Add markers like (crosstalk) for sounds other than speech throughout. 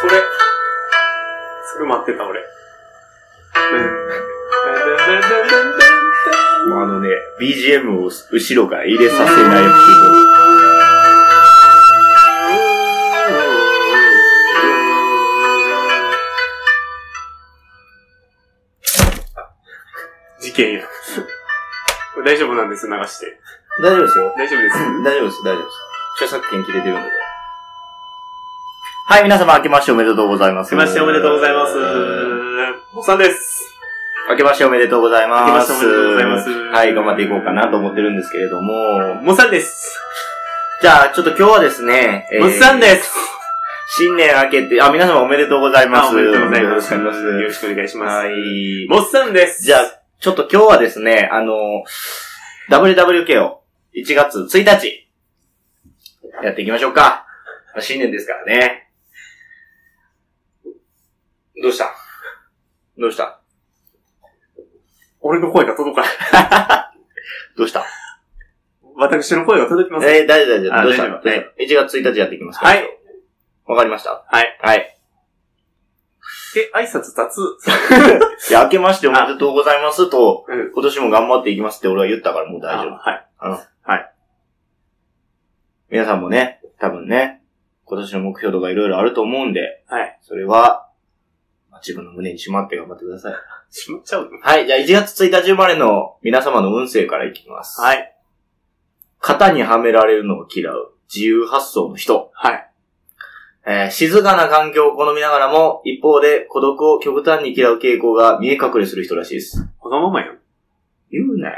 それ、それ待ってた、俺。もうあのね、BGM を後ろから入れさせないって事件や。これ大丈夫なんです、流して。大丈夫ですよ。大丈夫です。大丈夫です、大丈夫です。著作権切れてるんで、これ。はい、皆様、明けましておめでとうございます。来ましておめでとうございます。おさんです。明けましておめでとうございま明けす。ましておめでとうございますはい、頑張っていこうかなと思ってるんですけれども。もっさんです。じゃあ、ちょっと今日はですね、えーもっさんです。新年明けて、あ、皆様おめでとうございまあす。おめでとうございます。おめでとうござよいろましくお願いしす。まはす。い。もっさんです。じゃあ、ちょっと今日はですね、あの、WWK を1月1日、やっていきましょうか。まあ新年ですからね。どうしたどうした俺の声が届かない。どうした (laughs) 私の声が届きません。えー、大丈夫、大丈あ夫。どうした大丈夫はいえ ?1 月1日やっていきますかはい。わかりましたはい。はい。で、挨拶立つ。いや、明けましておめでとうございますとうん、今年も頑張っていきますって俺は言ったからもう大丈夫あ。はい。皆さんもね、多分ね、今年の目標とかいろいろあると思うんで、はい。それは、まあ自分の胸にしまって頑張ってください。しまっちゃうのはい、じゃあ1月1日生まれの皆様の運勢からいきます。い。はい。型にはめられるのを嫌う自由発想の人。はい。えー静かな環境を好みながらも、一方で孤独を極端に嫌う傾向が見え隠れする人らしいです。このままやん。言う (laughs) なよ。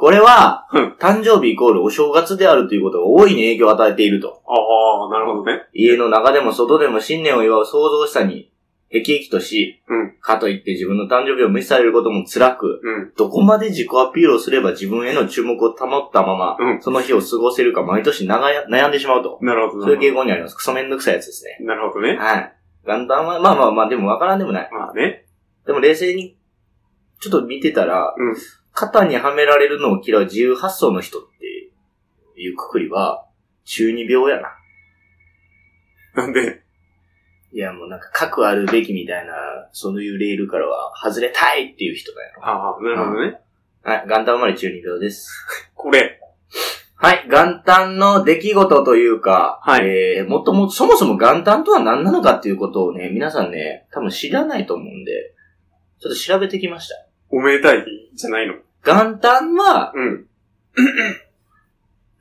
これはうん、誕生日イコールお正月であるということが大いに影響を与えていると。ああ、なるほどね。家の中でも外でも新年を祝う創造者に、へきとし、うんかといって自分の誕生日を無視されることも辛く、うん。どこまで自己アピールをすれば自分への注目を保ったまま、うんその日を過ごせるか毎年長や悩んでしまうと。なるほど。そういう傾向にあります。クソめんどくさいやつですね。なるほどね。はい。元旦は、まあまあまあ、でもわからんでもない。まあね。でも冷静に、ちょっと見てたら、うん肩にはめられるのを嫌う自由発想の人っていうくくりは、中二病やな。なんで、いや、もうなんか、核あるべきみたいな、そういうレールからは外れたいっていう人だよ。ああ、なるほどね。はい、元旦生まれ中二病です。これ。はい、元旦の出来事というか、はいえー、もっとも、そもそも元旦とは何なのかっていうことをね、皆さんね、多分知らないと思うんで、ちょっと調べてきましおめでたい日じゃないの。た。元旦は、うん。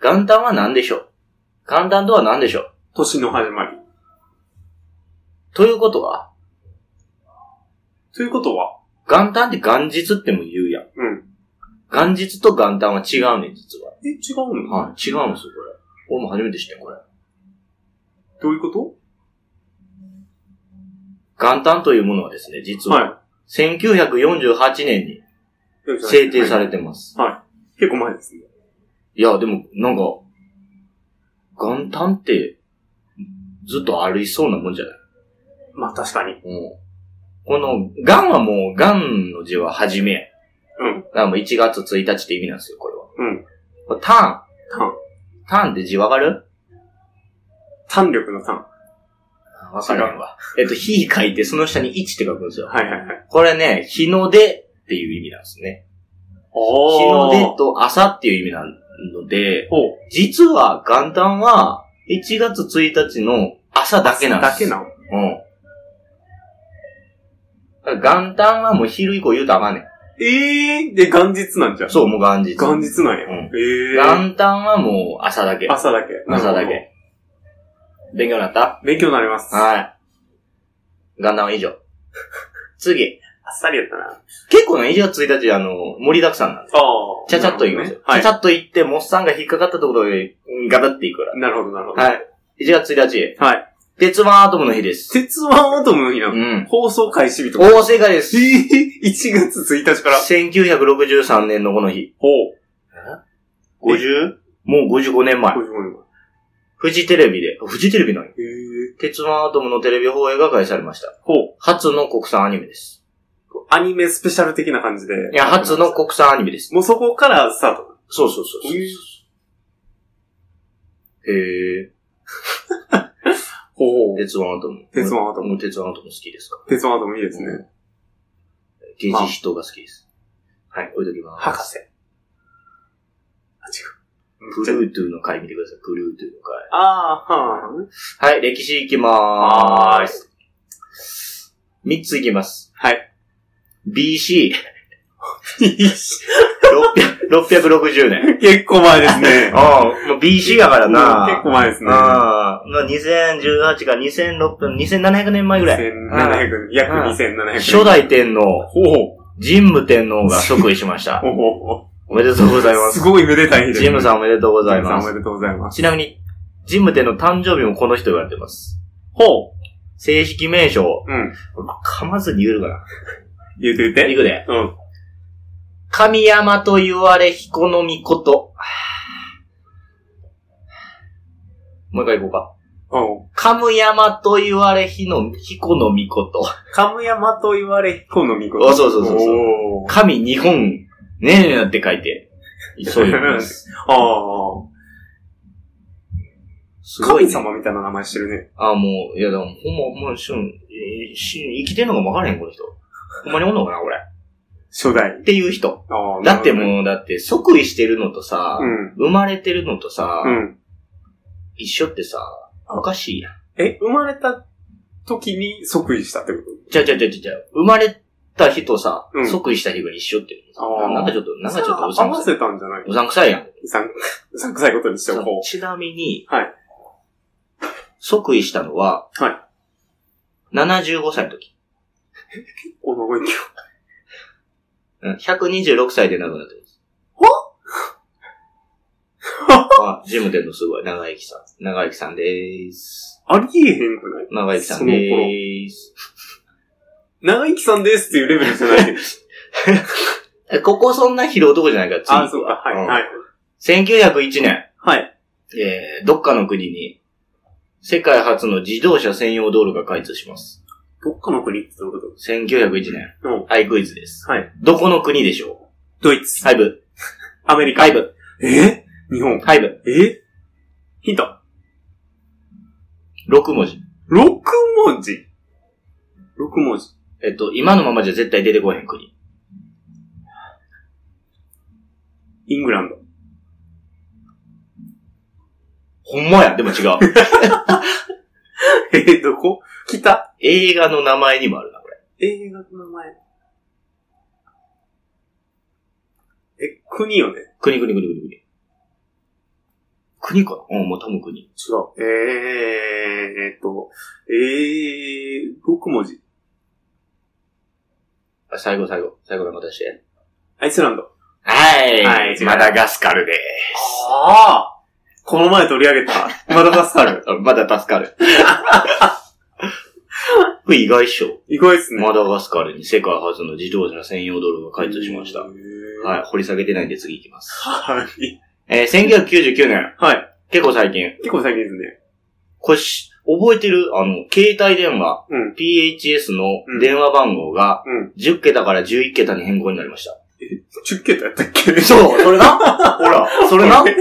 元旦は何でしょう元旦とは何でしょう年の始まり。ということは、ということは、元旦って元日っても言うやん。うん。元日と元旦は違うねん、実は。え、違うのはい、違うんですよ、これ。俺も初めて知ってん、これ。どういうこと元旦というものはですね、実は、は1948年にい。制定されれてます。結構前ですね。いや、でも、なんか、元旦って、ずっとありそうなもんじゃないまあ確かに。うんこの、元はもう、元の字は始めや。うんだからもう1月1日って意味なんですよ、これは。うんこれ。ターン。ターン。ターンって字わかる単力の単。わからんわ。えっと、火書いて、その下に1って書くんですよ。はいはいはい。これね、日の出っていう意味なんですね。日の出おー。と朝っていう意味なので、ほう。実は元旦は1月1日の朝だけなんです。だけなのうん。だから元旦はもう昼以降言うとあかんねん。ええー、で、元日なんじゃん。そう、もう元日。元日なんや。うんええー。元旦はもう朝だけ。朝だけ。朝だなるけ。勉強になったほど。勉強になります。あはい。元旦は以上。次。っさりやったな。あ結構ね、1月1日、あの、盛りだくさんなんで。あ。ちゃちゃっと言いますよ。ちはゃいち。ゃっと言って、モッさんが引っかかったところで、うんガタっていくから。なるほど、なるほど。はい。1月1日、はい。鉄腕アトムの日です。鉄腕アトムの日なうの。ん。放送開始日とか。大正解でえす。えー、1月1日から。 1963年のこの日。ほう。 50? もう55年前。こういうもん今フジテレビで、フジテレビなんやええ鉄腕アトムのテレビ放映が開始されました。ー。ほ初の国産アニメです。う。アニメスペシャル的な感じで。いや、初の。国産アニメです。もうそこからスタート。そうそうそうそう。えへーえ。ほう。鉄腕アトム。鉄腕アトムム。鉄腕アトム好きですか鉄腕アトムいいですね。ゲジヒトが好きです。はい、置いときます。博士。あ、プ違う。ルートゥーの回見てください。プルートゥーの回。ああ、ははい、歴史いきまーす。三ついきます。はい。 BC、ーん。 660年。結構前ですね。 (laughs) ああ、もう BC やからな。結構前ですね。ああ、まあ、2018か2006、2700年前ぐらい。 2700、約2700。初代天皇、ほう神武天皇が即位しま (laughs) した。ほうほおめでとうございまう。すす。ごいめでたい日ですね。神武さんおめでとうございまジムさんおす。めでとうございます。ちなみに、神武天皇誕生日もこの人言われてます。ほう。正式名称。うん。噛まずに言えるかな。言うて言ういて。くで。うん。神山と言われ彦の御こと。 (sighs) もう一回行こうか。うん。神山と言われ日の彦の御こと。神山と言われ、彦の御事。あそうそうそうそうおー神日本、ねえって書いて。そ (laughs) ういう意味です。ああ。すごい、神ね。様みたいな名前してるね。あ、もう、いやでも、ほんま、もう、しゅん、えーし生きてんのかもわからへん、この人。ほんまにおんのかな、これ。初代っ。ていう人。ああ。だってなるもう、だって、即位してるのとさほ、どね。生まれてるのとさ、うん。うん。一緒ってさ、おかしいやん。え、生まれた時に即位したってこちゃうちゃうちゃうちゃうちゃう。生まれた日とさ、うん即位した日が一緒っていうのあーなんかちょっと、となんかちょっとうささあん合くわさい。せたんじゃないうさんくさいやん。うさん、 (laughs) うさんくさいことにしておこちなみに、はい即位したのは、は75歳の時。う。おのごいきょ。うん126歳で亡くなってます。 (laughs) あ、ジムでのすごい、長生きさん。長生きさんでーす。ありえへんくない長生きさんでーす。長生きさんですっていうレベルじゃ (laughs) ない。えここそんな拾うとこじゃないから、次ああ、そうか。はい、うんはい。 1901年、はい。えー、どっかの国に、世界初の自動車専用道路が開通します。どっかの国ってどういうこ1901年。うんはい、クイズです。とはい。どこの国でしょドイうツ。ハイブ。アメリカ。ハイブ。え日本。ハイブ。えヒント。 6文字。六文字。六文字。えっと、今のままじゃ絶対出てこへん国。イングランド。 (laughs) ほんまや、でも違 (laughs) う。えどこ北。映画の名前にもあるな、これ。映画の名前。え、国よね。国、国、国、国、国。国かなうん、もう多分国。違う。えー、っと、えー、六文字。あ最後、最後。最後なんか出して。アイスランド。はい。はい違うマダガスカルでああこの前取り上げた、マダガ (laughs) スカル。ーす。まだ助 (laughs) かる。これ意外っしょ。意外っすね。。マダガスカルに世界初の自動車専用道路が開通しました。はいい、掘り下げてないんで次行きます。はい。えー、1999年。はい。結構最近。結構最近ですね。これし、覚えてるあの、携帯電話、うん PHS うのん電話番号がうん、 10桁から11桁に変更になりました。 10桁やったっけそう、それなほら、それなち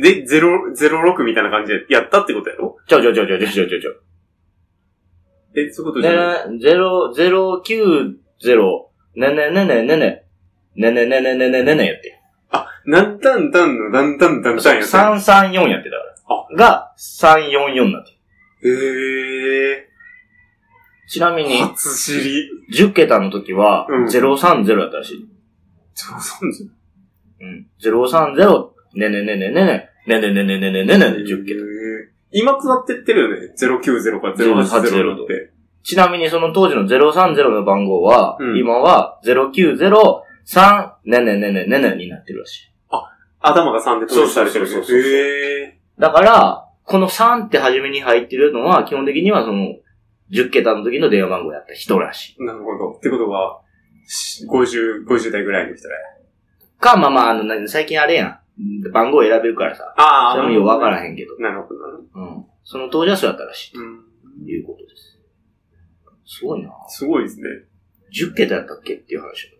で、ゼロ、ゼロ六みたいな感じでやったってことやろょちょちょちょちょちょちょちょ。え、そういうことじゃないね、ゼロ、ゼロ、九、ゼロ、ねねねねねね、ねねねねねねねねやって。なんだんだんの、だんだんだんだんやった。三三四やってたから。が、三四四になってる。へえちなみー。に、初知り。 10桁の時はうん、ゼロ三ゼロやったらしい。ちょ、そうじうん。ゼロ三ゼロ、ねねねねねね、ねねねねねねねねゃん。で10桁。桁。今下ってってるよね。090か080 080とって。ちなみにその当時の030の番号は、うん今は0903ねねねねねねになってるらしい。頭が3で統一されてる。そうそうそうそうへえだから、この3って初めに入ってるのは、基本的にはその、10桁の時の電話番号やった人らしい。ー。なるほど。ってことは、し50、50代ぐらいの人だよ。か、まあまあ、あの、な最近あれやん。番号選べるからさ。あそれもよくわからん。へんけど。なるほど、なるほど。うん。その当時はそうやったらしい。うん。ということです。すごいなすごいですね。 10桁やったっけっていう話。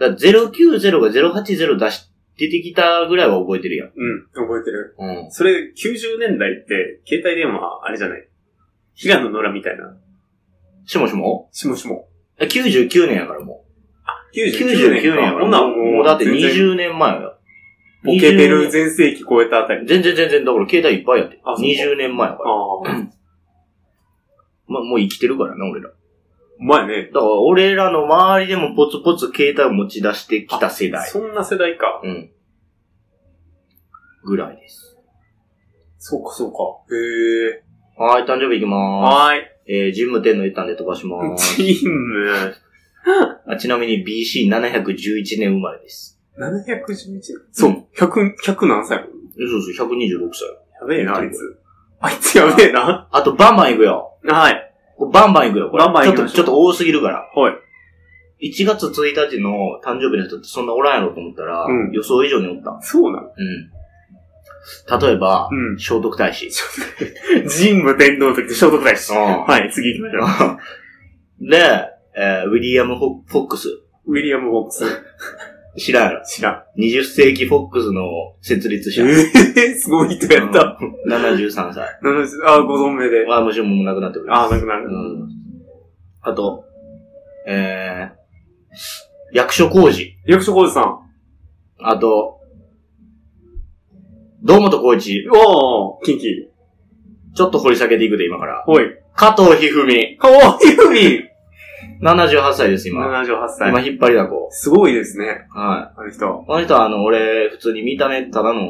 だから090が080出し、出てきたぐらいは覚えてるやん。うん。覚えてる。うん。それ、90年代って、携帯電話、あれじゃない平野ノラみたいな。しもしもしもしも。え ?99 年やからもう。 99年やか。からほな、もう、もうだって全然20年前や。ボケてる20全盛期超えたあたり。全然全然、だから携帯いっぱいやって。あそうか20年前やから。ああ。まあ、もう生きてるからな、俺ら。だまあね。から、俺らの周りでもポツポツ携帯持ち出してきた世代。そんな世代か。うん。ぐらいです。そうか、そうか。へえ。はーい、誕生日いきまーはーい。す。えー、ジム店の一旦で飛ばしまーす。チーム。あちなみに BC711 年生まれです。 711そう。100、100何歳そうそう、126歳。やべえな、あいつ。あいつやべえな。あと、バンバン行くよ。はい。これバンバン行くよ、これ。バンバン行きちょまっしょと、うちょっと多すぎるから。はい。 1月1日の誕生日の人ってそんなおらんやろと思ったら、うん予想以上におった。そうなのうん。例えば、うん聖徳太子。 (laughs) 神武天皇の時と聖徳太子。うんはい、次行きましょで、えーウィリアム・フォフォックス。う。ウィリアム・フォックス。知らんやろ。知らん。 20世紀フォックスの設立者。 (laughs) ええ、すごい人やった。うん73歳。 70あ、ご存命で。まあ、もちろんもう亡くなってくる。あ、なくなるう。ん。あと、えー、役所工事。役所広司さん。あと、堂本光一。おー、キンキ。ちょっと掘り下げていくで、今から。ほい。加藤一二かわいい三。78歳です、今。 !78 今、歳。引っ張りだこ。すごいですね、はあの人。い。この人は、あの、俺、普通に見た目、ただの、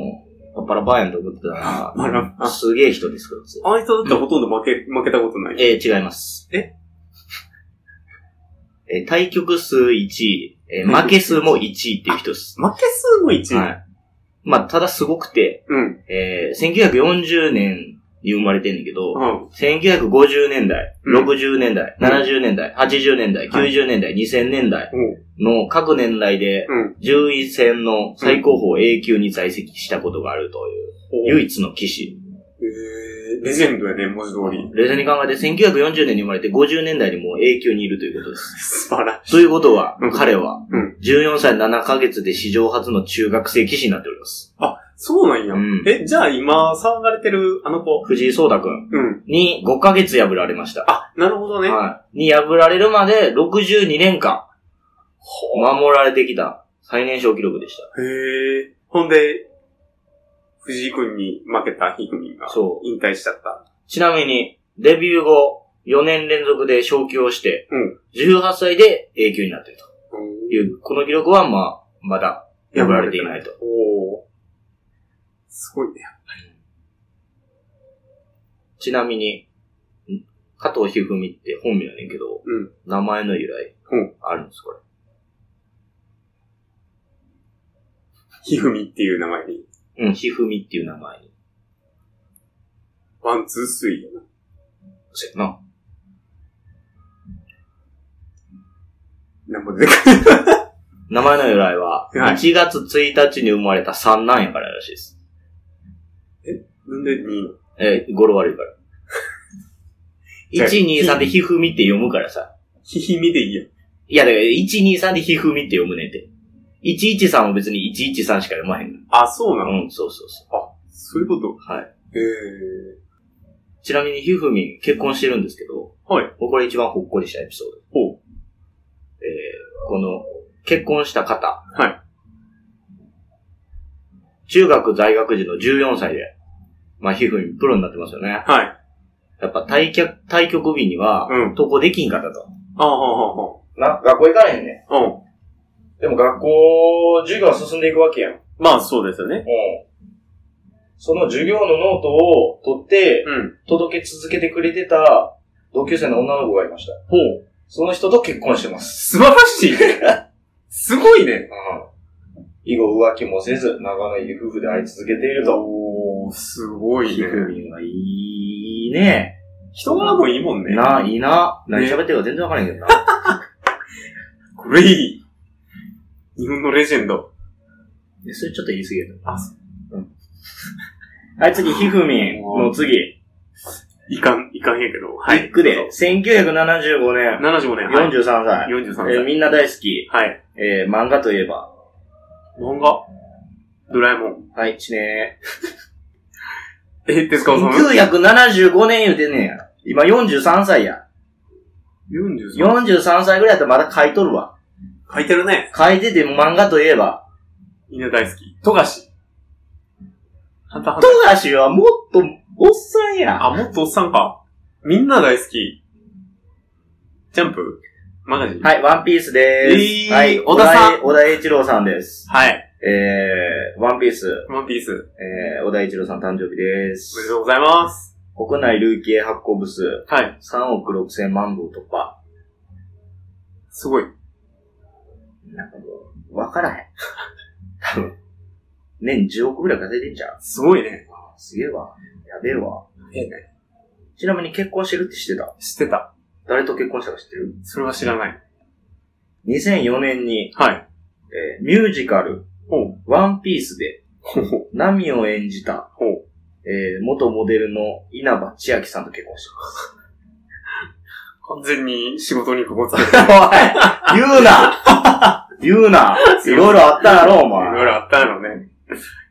パッパラパーやんと思ってた (laughs) ら、あら、あすげえ人です、こいつ。あの人だってほとんど負け、負けたことない。えー、違います。ええー対局数1位、えー負け数も1位っていう人です。負け数も1位。はい。まあ、ただすごくて、うん。えー、1940年に生まれてんだけど、うん。 1950年代、うん60年代、うん70年代、80年代、はい90年代、2000年代の各年代でうん。順位戦の最高峰 A 級に在籍したことがあるという、唯一の騎士。えー、レジェンドやね、文字通り。冷静に考えて1940年に生まれて50年代にもう A 級にいるということで素す。晴らしい。ということはうん、彼はうん、 14歳7ヶ月で史上初の中学生騎士になっております。あ、そうなんや。うんえ、じゃあ今、騒がれてるあの子。藤井聡太くんうん。に5ヶ月破られました。あ、なるほどね。はい。に破られるまで62年間、ほ守られてきた最年少記録でしへえ。ほんで、藤井君に負けたひふみんがた。、そう。引退しちゃった。ちなみに、デビュー後、4年連続で昇級をして、うん18歳で A 級になってるという、この記録は、まあ、まだ破られていないと。おーすごいね。ちなみに、ん加藤一二三って本名やねんけど、うん名前の由来うん、あるんです、これ。ひふみっていう名前に。うん、ひふみっていう名前に。ワン、ツー、スリーやな。そうやな。なんぼ出てく名前の由来は、はい1月1日に生まれた三男やかららしいです。る。なんで2のえー、語呂悪 (laughs) いから。1、2、3でひふみって読むからさ。ひひみでいいやん。いや、だから、123でひふみって読むねんて。113は別に113しか読まへんの。あ、そうなの、うん、そうそうそそういうことう。はへい。え。ちなみにひふみん結婚してるんですけど、はい。もうこれ一番ほっこりしたエピソード。ほう。えー、この、結婚した方。。はい中学在学時の14歳で、まあひふみんプロになってますよね。はい。やっぱ対局、対局日には、うん投稿できんかったと。ああ、はあ、はな、学校行かれへんね。あ、はあ。でも学校、授業は進んでいくわけやん。うん。まあ、そうですよね。その授業のノートを取って、うん。届け続けてくれてた同級生の女の子がいました。ほう。その人と結婚してます。素晴らしいね。すごいね。以後浮気もせず、長のいい夫婦であり続けていると。おー、すごいひね。ふみんはいいね。人柄もいいもんね。な、いいな。ね何喋ってるか全然わからへんけどな。これいい。日本のレジェンド。で (laughs) それちょっと言い過ぎやな。あうん。はい、次、ひふみんの次。いかん、いかんやけど。は。はいい。くで、1975 75年、年。はい。 43歳。 43歳。えーみんな大好き。はい。えー漫画といえば、漫画。ドラえもん。はい、ちねえ、手塚治虫ー。975年言うてんねんや。え今43歳や。 43。 43歳ぐらいだったらまだ書いとるわ。書いてるね。書いてても漫画といえば、犬大好き。富樫。ハンターハンタ富ー。樫はもっとおっさんや。あ、もっとおっさんか。みんな大好き。ジャンプマガジンい。はい、ワンピースです。えーはい、小田さん小田栄小田栄一郎さんです。はい。えー、ワンピース、ワンピース。えー、小田栄一郎さん誕生日でおめでとす。うございます。国内累計発行部数はい。 3億6千万部を突破。すごい。なんかもう、わからへん。 (laughs) 多分。年10億ぐらい稼いでんじゃん。すごいね。すげえわ。やべえわ。ええね。ちなみに結婚してるって知ってた知ってた。誰と結婚したか知ってるそれは知らない。 ?2004 年に、はい。えーミュージカル、ほう。ワンピースで、ほうほう。ナミを演じた、ほう。えー元モデルの稲葉千秋さんと結婚し完全に仕事にここつけて。た。 (laughs) おい言うな (laughs) 言うないろいろあったやろ、お前。 (laughs) いろいろあったのね。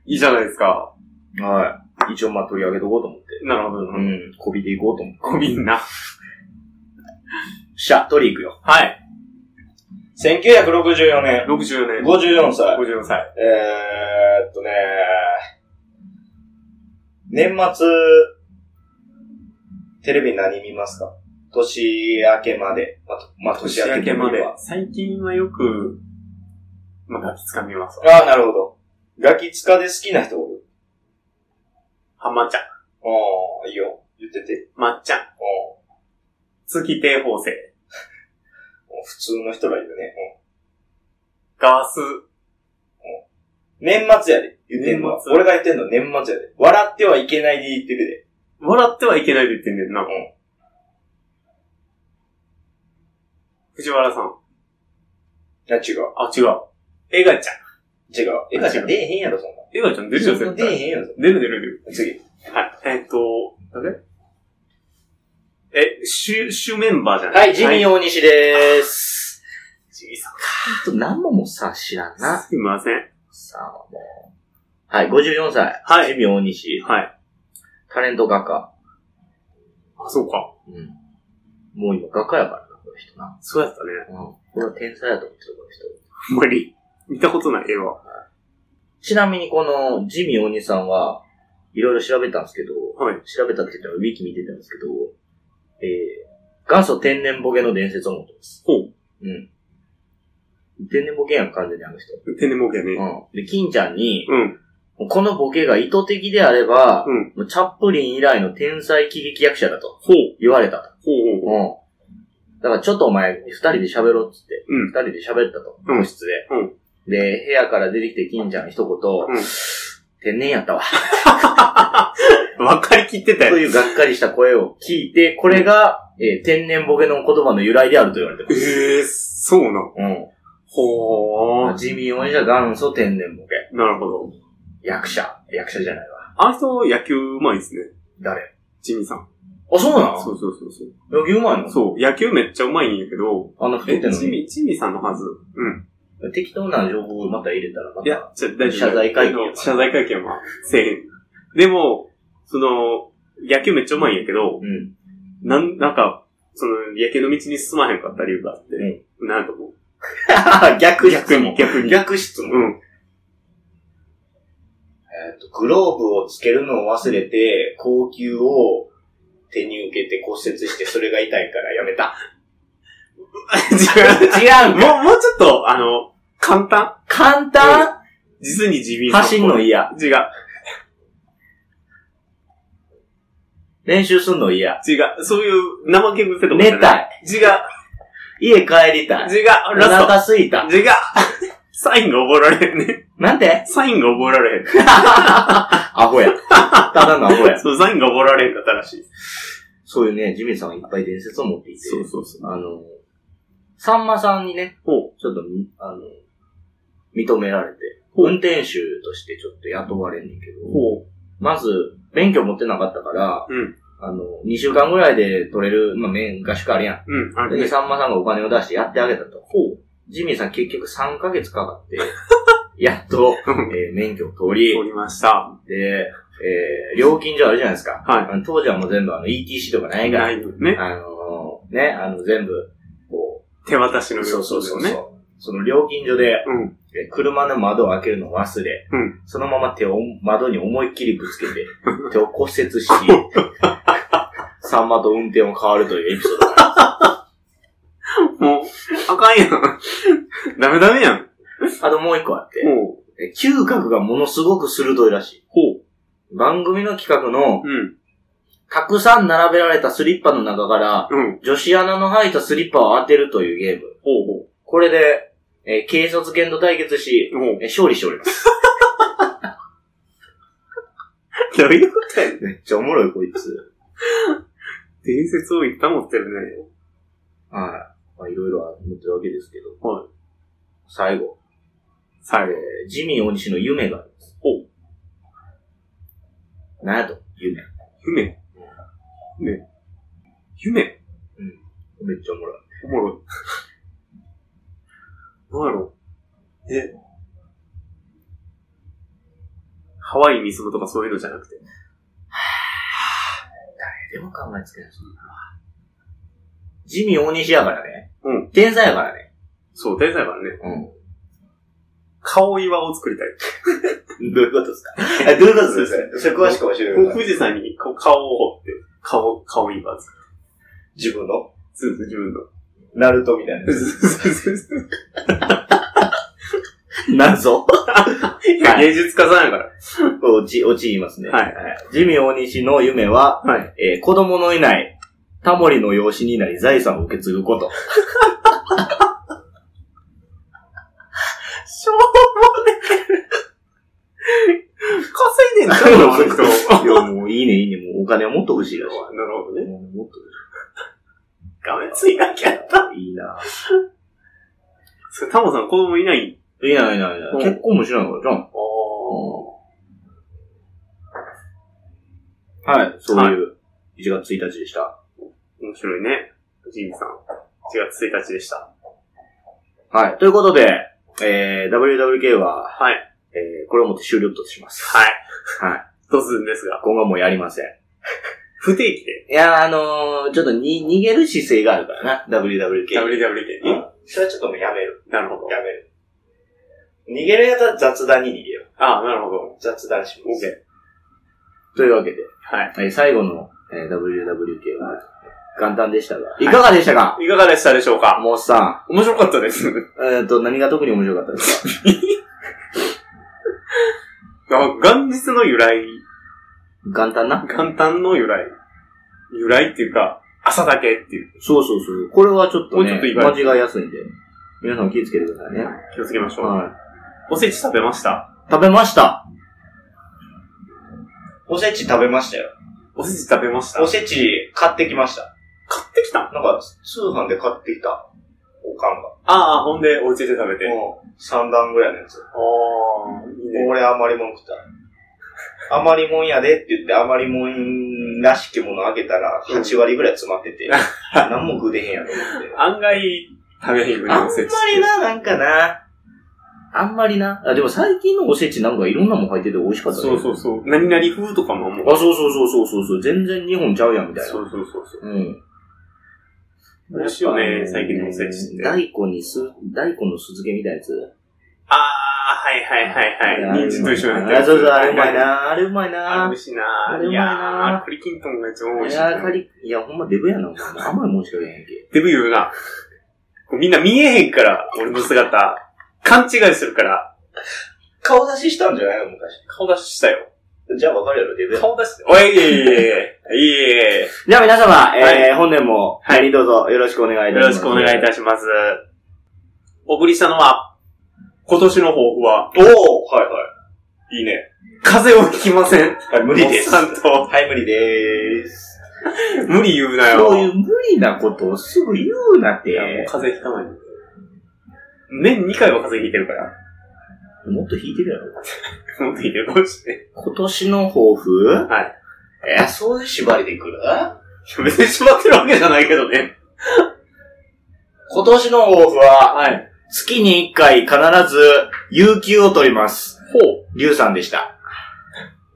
いいじゃないですか。はい。一応まあ取り上げとこうと思って。なるほど。なるほうどん。こびていこうと思って。ごみんな。しゃ、取り行くよ。はい。 1964年、 60年。 54歳。 54歳。えー、っとね、年末、テレビ何見ますか年明けまで。まあ、とまあ、年明けというよりは。最近はよく、まだつかみます。ああ、なるほど。ガキ使で好きな人おるはまちゃん。ああ、いいよ。言ってて。まっちゃん。ああ、月定法制。普通の人らいるね。ガース。うん、年末やで。言ってんのは年。末俺が言ってんの年末やで。笑ってはいけないで言ってるで。笑ってはいけないで言ってんねんな。藤原さん。いや、違う。あ、違う。エガちゃん。違う。えかちゃん出えへんやろ、そんな。エガちゃん出るよ、そんな絶出え対。へんやろ。出る出る出る。次。はい。えっと、あれえ、主、主メンバーじゃなはいい、ジミーを。大西でーす。ジミーさちょっと何ももさ、知らんん。。すいません。さあ、もう。はい、54歳。はいジミー大西。はい。タレント画家。あ、そうか。うん。もう今、画家やからな、この人な。そうやったね。うん。俺は天才やと思ってる、この人。あんまり、見たことない絵は。ちなみに、この、ジミー大西さんは、いろいろ調べたんですけど、はい。調べたって言ったら、ウィキ見てたんですけど、えー、元祖天然ボケの伝説を持ってます。ほうん。天然ボケやん、完全にあの人。う。天然ボケね。うん。で、金ちゃんに、うん。このボケが意図的であれば、うんもうチャップリン以来の天才喜劇役者だとほう。言われたと。ほうほうほう。うん。だからちょっとお前、二人で喋ろうっつって、うん二人で喋ったと、うん個室で。で、部屋から出てきて金ちゃんが一言、うん天然やったわ。わかりきってたとよ。いうがっかりした声を聞いて、これが、えー天然ボケの言葉の由来であると言われてます。ええー、そうな。うん。ほー。ジミー・オニじゃ元祖天然ボケ。なるほど。役者。役者じゃないわ。あの人、野球うまいですね。誰ジミーさん。あ、そうなのそうそうそうそう。野球うまいのそう、野球めっちゃうまいんやけど、あの、太っえ、てんのジに。ミー、ジミーさんのはず。うん。適当な情報をまた入れたらまた。いや、じゃあ大丈夫。謝罪会見謝罪会見は、せえへん。でも、その、野球めっちゃうまいんやけど、うん。なん、なんか、その、野球の道に進まへんかった理由があって、なんとも。 (laughs) 逆逆に、逆に。逆質問。うん。 (laughs) えっと、グローブをつけるのを忘れて、高級を手に受けて骨折して、それが痛いからやめた。違 (laughs) 違う。もう、もうちょっと、あの、簡単簡単実に地味さんっぽい走んの嫌。違う。練習すんの嫌。違う。そういう怠け癖とかじ寝ゃない。たい。違う。家帰りたい。違う。おラ腹すいたス。ト。違う。サインが覚えられへんね。なんてサインが覚えられへん。アホや。 (laughs) ただのアホや。そう、サインが覚えられへんかったらしい。そういうね、ジミーさんはいっぱい伝説を持っていて。そうそあの、さんまさんにね、ほちょっとみ、あの、認められて、ほう運転手としてちょっと雇われんねんけう。ど、ほまず、免許持ってなかったから、うんあの、2週間ぐらいで取れる、まあ、免合宿あるやう。うん、あん。で、れ。さんまさんがお金を出してやってあげたと。ほジミーさん結局3ヶ月かかって、やっと、う。えー免許を取りお、りました。で、えー、料金所あるじゃないですか。はいあの当時はもう全部あの ETC とかないから、ないね。あのーね、あの全部、こ手渡しのう、量そうそうそうですよね。そう。その料金所で、うん。え車の窓を開けるのを忘れ、うんそのまま手を窓に思いっきりぶつけて、 (laughs) 手を骨折し、さんまと運転を変わるというエピソードがあもう、あかんやん。ダメダメやん。ります。あともう一個あって、ほう。え嗅覚がものすごく鋭いらしほい。番組の企画の、う。うん。たくさん並べられたスリッパの中から、うん。女子アナの履いたスリッパを当てるというゲーム。ほうほこれで、えー警察犬と対決し、う。ほうえ。ー勝利しております。どういうことやねんめっちゃおもろい、こいつ。伝説をいっぱい持ってるね。はい。まあ、いろいろ持ってるわけですけど。はい。最後。最後。えージミー大西の夢があります。ほう。なんやと夢。夢。夢。夢。めっちゃおもろい。おもろい。なんやろえハワイに住むとかそういうのじゃなくて。誰でも考えつけないし。ジミー大西やからね。うん。天才やからね。そう、天才だからね。う顔岩を作りたい。ん。どういうことですかえどういうことですかそれ詳しく教えてください。富 (laughs) 士山にこう顔を掘って、顔、顔岩を作る。自分のずっと自分の。ナルトみたいなやつ。謎いや (laughs) 芸術家さんやから。落ち、落ち言いますね。はいジミー大西の夢は、はい。えー子供のいない、タモリの養子になり財産を受け継ぐこと。しょうもね。稼いでんちゃうのあの人。 (laughs) (laughs) いや、もういいね、いいね。もうお金をもっと欲しいらしい。なるほどね。もうもっと画面ついなきゃ。欲し (laughs) い。いいなそれ、タモさん子供いないいいないいないいなうん結婚もしないからじゃん。ああ。はい。そういう、1月1日でした。面白いね。ジミーさん。4月1日でした。はい。ということで、えー、WWK は、はい。えー、これをもって終了とします。 (laughs) はい。はい。どうするんですが。今後はもうやりません。不定期で。いやー、あのー、ちょっとに、逃げる姿勢があるからな、WWK。 WWK うに。んそれはちょっともうやめる。なるほど。やめる。逃げるやつは雑談に逃げよああ、なるほど。う。雑談します。というわけで、はい。えー最後の、えー WWK は簡単でしたが、いかがでしたかいかがでしたでしょうかもうさ面白かったです。 (laughs) ん、えっ、と、何が特に面白かったですかあ元日の由来、簡単な元旦の由来。由来っていうか、朝だけっていう。そうそうそう。これはちょっともうちょねっと、意外間違いやすいんで、皆さん気をつけてくださいね。気をつけましょう。はい。おせち食べました。食べましたおせち食べましたよ。おせち食べました。せち買ってきました。買ってきたんなんか、通販で買ってきた。おかんが。ああ、ほんで、お家で食べて。もう、3段ぐらいのやつ。ああ、いいね。俺余りもん食った。余りもんやでって言って余りもんらしきもの開けたらうん8割ぐらい詰まって (laughs) て、何も食うてへんやろ思って。案外、食べへんぐらいあんのおませちって。りな、なんかな。あんまりな。あ、でも最近のおせちなんかいろんなもん入ってて美味しかったね。そうそうそう。何々風とかももう。あ、そうそうそうそうそうそう。全然日本ちゃうやんみたいな。そうそうそうそう。うん。美味しいよね最近のおせちって大根にす、大根の酢漬けみたいなやつ。ああ、はいはいはいはい。人参と一緒になってるあ、そうそう、あれうまい。な。あれうまいあれな美。味しいな。あれうまいないやー栗きんとんが一番美い味しい。やー、かり、いや、ほんまデブやな。お前甘いもんしか言えへんけ。デブ言うな。こうみんな見えへんから、俺の姿。勘違いするから。顔出ししたんじゃないの昔。顔出ししたよ。じゃあ分かるやろ、デブ顔出して。おい、いえいえいえ。いえいえ。じゃあ皆様、はえー、本年も、はいはい、どうぞよろしくお願いいよたしまろす。しくお願いいたします。お送りしたのは、今年の抱負は、おーはいはい。いいね。風邪をひきません。はい、無理です。おっさんと、はい、無理でーす。無理言うなよ。そういう無理なことをすぐ言うなっいや、もうて。風邪ひかない。年2回は風邪ひいてるから。もっと引いてるやろ。もっとひいてるかもしれ今年の抱負はえー、そういう縛りでくるん。別に縛ってるわけじゃないけどね。今年の抱負は、はい。月に1回必ず、有給を取ります。ほう。リュウさんでした。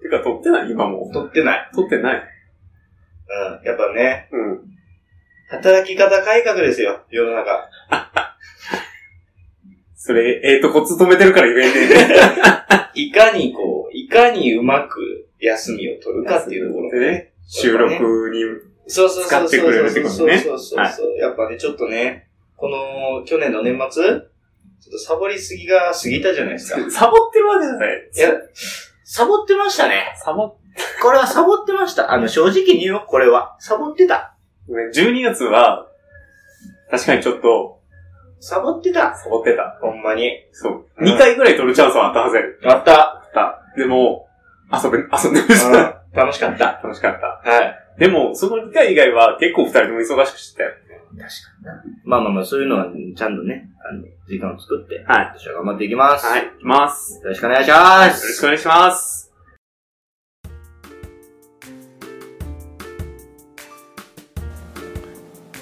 ててか、撮ってない今も。取ってない。撮ってない。うん。やっぱね、うん。働き方改革ですよ、世の中。それ、ええとこ勤めてるから言えねえね。いかにこう、いかにうまく休みを取るかっていうとこでろね。収録に、そうそうそうそう。使ってくれるってことねそうそうそうそう。やっぱね、ちょっとね、この、去年の年末、ちょっとサボりすぎが過ぎたじゃないですか。いサボってるわけじゃない。や、サボってましたね。サボっ、これはサボってました。あの、正直に言うよ、これは。サボってた。 12月は、確かにちょっと、サボってた。サボってた。ほんまに。そう。2回ぐらい撮るチャンスはあったはずやあった。った。でも、遊べ、遊んでました。うん楽しかった。楽しかった。はい。でも、その2回以外は結構2人とも忙しくしてたよ。まあまあまあ、そういうのは、ちゃんとね、あの、時間を作って、はい。私は頑張っていきます。はいよ、行きます。ろしくお願いしまよろしす。くお願いします。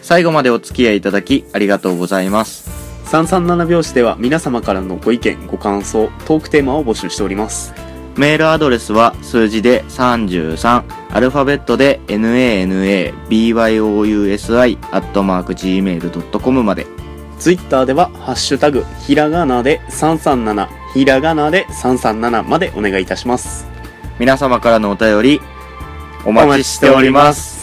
最後までお付き合いいただき、ありがとうございます。 337拍子では皆様からのご意見、ご感想、トークテーマを募集しております。メールアドレスは数字で33、アルファベットで nanabyousi.gmail.com まで。ツイッターでは、ハッシュタグ、ひらがなで337、ひらがなで337までお願いいたします。皆様からのお便り、お待ちしております。